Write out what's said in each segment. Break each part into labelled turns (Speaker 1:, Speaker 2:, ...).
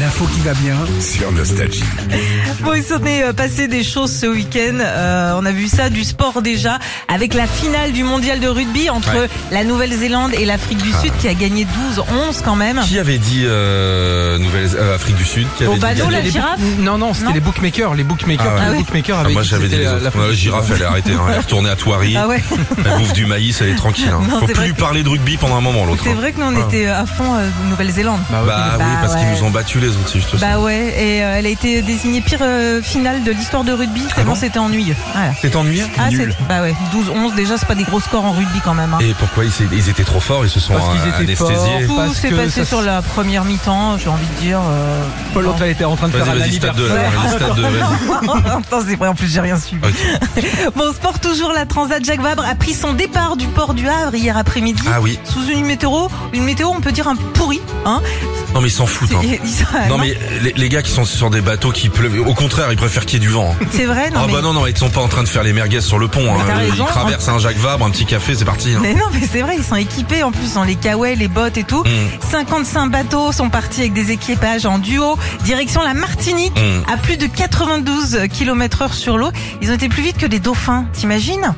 Speaker 1: L'info qui va bien.
Speaker 2: sur Nostalgie.
Speaker 3: Bon, il s'en est euh, passé des choses ce week-end. Euh, on a vu ça du sport déjà, avec la finale du mondial de rugby entre
Speaker 2: Ouais. Ah.
Speaker 3: la Nouvelle-Zélande et l'Afrique du Sud, qui a gagné 12-11 quand même.
Speaker 2: Qui avait dit euh, Nouvelle euh, Afrique du Sud qui
Speaker 3: Au
Speaker 2: avait dit
Speaker 3: ballon,
Speaker 2: Ghana
Speaker 3: la
Speaker 1: Les bou-
Speaker 3: girafe
Speaker 1: Non, non, c'était
Speaker 3: Non
Speaker 1: les bookmakers. Les bookmakers,
Speaker 2: Ah ouais.
Speaker 1: tous
Speaker 3: Ah
Speaker 1: les
Speaker 3: ouais.
Speaker 1: bookmakers
Speaker 2: Ah,
Speaker 1: avaient
Speaker 2: moi
Speaker 1: dit que
Speaker 2: j'avais dit
Speaker 1: c'était
Speaker 2: les
Speaker 1: la-
Speaker 2: autres.
Speaker 1: la
Speaker 2: Ouais,
Speaker 1: Fondation.
Speaker 2: girafe, elle est arrêtée. hein. Elle est retournée à Thoiry.
Speaker 3: Ah ouais,
Speaker 2: Elle bouffe du maïs, elle est tranquille. Hein.
Speaker 3: Non,
Speaker 2: Faut
Speaker 3: c'est
Speaker 2: plus
Speaker 3: vrai que-
Speaker 2: parler de rugby pendant un moment l'autre.
Speaker 3: c'est
Speaker 2: hein.
Speaker 3: vrai que nous on était à fond euh, Nouvelle-Zélande.
Speaker 1: Bah ouais.
Speaker 2: Bah,
Speaker 3: Bah
Speaker 2: oui, parce qu'ils
Speaker 3: ouais.
Speaker 2: nous ont battu les autres, si je te
Speaker 3: Bah ouais, et euh, elle a été désignée pire euh, finale de l'histoire de rugby, tellement
Speaker 2: Ah bon
Speaker 3: c'était ennuyeux. Voilà.
Speaker 2: C'est ennuyeux
Speaker 3: Ah, c'est- bah ouais, 12-11 déjà, c'est pas des gros scores en rugby quand même. hein.
Speaker 2: Et pourquoi ils, s'est- ils étaient trop forts, ils se sont
Speaker 1: Parce qu'ils
Speaker 2: euh,
Speaker 1: étaient forts.
Speaker 2: anesthésiés.
Speaker 3: Tout
Speaker 1: parce
Speaker 3: s'est
Speaker 1: que
Speaker 3: passé
Speaker 1: ça-
Speaker 3: sur la première mi-temps, j'ai envie de dire. euh,
Speaker 1: Paul l'autre, elle était en train de faire
Speaker 2: Vas-y,
Speaker 1: un
Speaker 2: vas-y, stade 2,
Speaker 1: anniversaire.
Speaker 2: vas-y, stade 2, vas-y.
Speaker 3: Attends, c'est vrai, en plus j'ai rien suivi.
Speaker 2: Ok.
Speaker 3: Bon, sport toujours, la Transat Jacques Vabre a pris son départ du port du Havre hier après-midi.
Speaker 2: Ah oui,
Speaker 3: Sous une météo, une météo, on peut dire un peu pourrie, hein.
Speaker 2: non mais ils s'en foutent. hein.
Speaker 3: C'est- ils sont-
Speaker 2: Non mais les, les gars qui sont sur des bateaux qui pleuvent, au contraire, ils préfèrent qu'il y ait du vent. hein.
Speaker 3: c'est vrai, non
Speaker 2: Ah
Speaker 3: mais.
Speaker 2: bah non, non, ils sont pas en train de faire les merguez sur le pont.
Speaker 3: Mais
Speaker 2: hein.
Speaker 3: t'as
Speaker 2: Ils
Speaker 3: raison.
Speaker 2: traversent un Jacques Vabre, un petit café, c'est parti. hein.
Speaker 3: Mais non, mais c'est vrai, ils sont équipés en plus dans les kawaii, les bottes et tout.
Speaker 2: Mm.
Speaker 3: 55 bateaux sont partis avec des équipages en duo, direction la Martinique,
Speaker 2: Mm.
Speaker 3: à plus de 92 km heure sur l'eau. Ils ont été plus vite que les dauphins, t'imagines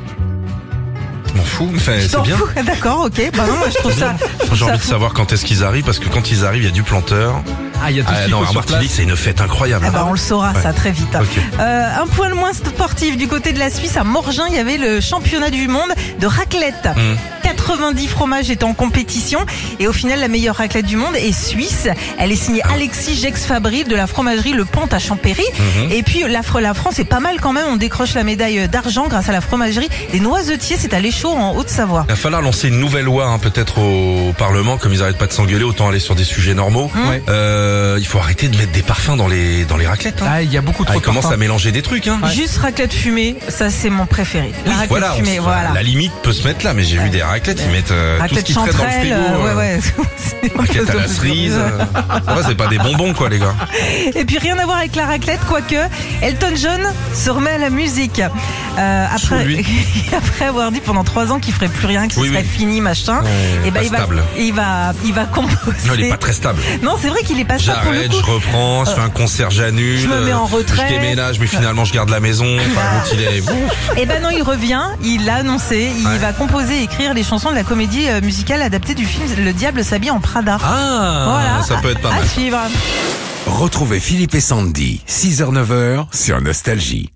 Speaker 2: Je m'en fous, mais fait,
Speaker 3: Je
Speaker 2: c'est
Speaker 3: t'en
Speaker 2: bien.
Speaker 3: fous D'accord, ok. Bah non, moi je trouve ça. je trouve
Speaker 2: J'ai
Speaker 3: ça
Speaker 2: envie de
Speaker 3: fou.
Speaker 2: savoir quand est-ce qu'ils arrivent parce que quand ils arrivent, il y a du planteur.
Speaker 1: Ah, il y a tout ce
Speaker 2: Ah
Speaker 1: qu'il
Speaker 2: non,
Speaker 1: faut
Speaker 2: à
Speaker 1: sur place.
Speaker 2: Martinique, c'est une fête incroyable.
Speaker 3: Ah bah on le saura
Speaker 2: Ouais.
Speaker 3: ça très vite.
Speaker 2: Ok.
Speaker 3: Euh, un poil moins sportif du côté de la Suisse, à Morgin, il y avait le championnat du monde de raclette.
Speaker 2: Hmm.
Speaker 3: 90 fromages étaient en compétition et au final la meilleure raclette du monde est suisse. Elle est signée Alexis Jex Fabry de la fromagerie Le Pont à Champéry.
Speaker 2: Mhm.
Speaker 3: Et puis la, Fr- la France est pas mal quand même, on décroche la médaille d'argent grâce à la fromagerie des noisetiers, c'est à l'échaud en Haute-Savoie.
Speaker 2: Il va falloir lancer une nouvelle loi hein, peut-être au Parlement, comme ils arrêtent pas de s'engueuler, autant aller sur des sujets normaux.
Speaker 3: Hmm.
Speaker 1: Ouais.
Speaker 2: Euh, il faut arrêter de mettre des parfums dans les dans les raclettes. Hein.
Speaker 1: Ah, il y a beaucoup
Speaker 2: Ah,
Speaker 1: trop
Speaker 2: ils
Speaker 1: de
Speaker 2: commencent à
Speaker 1: parfums.
Speaker 2: mélanger des trucs. Hein.
Speaker 3: Juste raclette fumée, ça c'est mon préféré.
Speaker 2: Oui,
Speaker 3: La raclette
Speaker 2: voilà, on
Speaker 3: fumée,
Speaker 2: se-
Speaker 3: voilà.
Speaker 2: La limite peut se mettre là, mais j'ai vu des raclettes, ils mettent euh, tout ce
Speaker 3: Raclette
Speaker 2: qui traîne dans le
Speaker 3: Ah, chanterelle,
Speaker 2: frigo.
Speaker 3: euh, ouais
Speaker 2: euh,
Speaker 3: ouais. C'est-
Speaker 2: Raclette à la cerise. euh. Ça va, c'est pas des bonbons quoi les gars.
Speaker 3: Et puis rien à voir avec la raclette, quoique Elton John se remet à la musique. Euh, après,
Speaker 2: Sous lui.
Speaker 3: après avoir dit pendant trois ans qu'il ferait plus rien, que ce
Speaker 2: Oui,
Speaker 3: serait
Speaker 2: oui.
Speaker 3: fini, machin.
Speaker 2: Ouais,
Speaker 3: et ben
Speaker 2: pas
Speaker 3: il va,
Speaker 2: stable.
Speaker 3: il va, il va composer.
Speaker 2: Non, il est pas très stable.
Speaker 3: Non, c'est vrai qu'il est pas ça pour le
Speaker 2: J'arrête, je
Speaker 3: coup.
Speaker 2: reprends, je fais un concert, j'annule.
Speaker 3: je me mets en
Speaker 2: euh,
Speaker 3: retraite.
Speaker 2: Je déménage, mais finalement je garde la maison. Enfin,
Speaker 3: Ah.
Speaker 2: bon, il est.
Speaker 3: Et ben non, il revient. Il l'a annoncé. Il
Speaker 2: Ouais.
Speaker 3: va composer et écrire les chansons de la comédie euh, musicale adaptée du film Le Diable s'habille en Prada.
Speaker 2: Ah,
Speaker 3: voilà.
Speaker 2: ça peut être pas
Speaker 3: à
Speaker 2: mal.
Speaker 3: suivre.
Speaker 4: Retrouvez Philippe et Sandy, 6h-9h sur Nostalgie.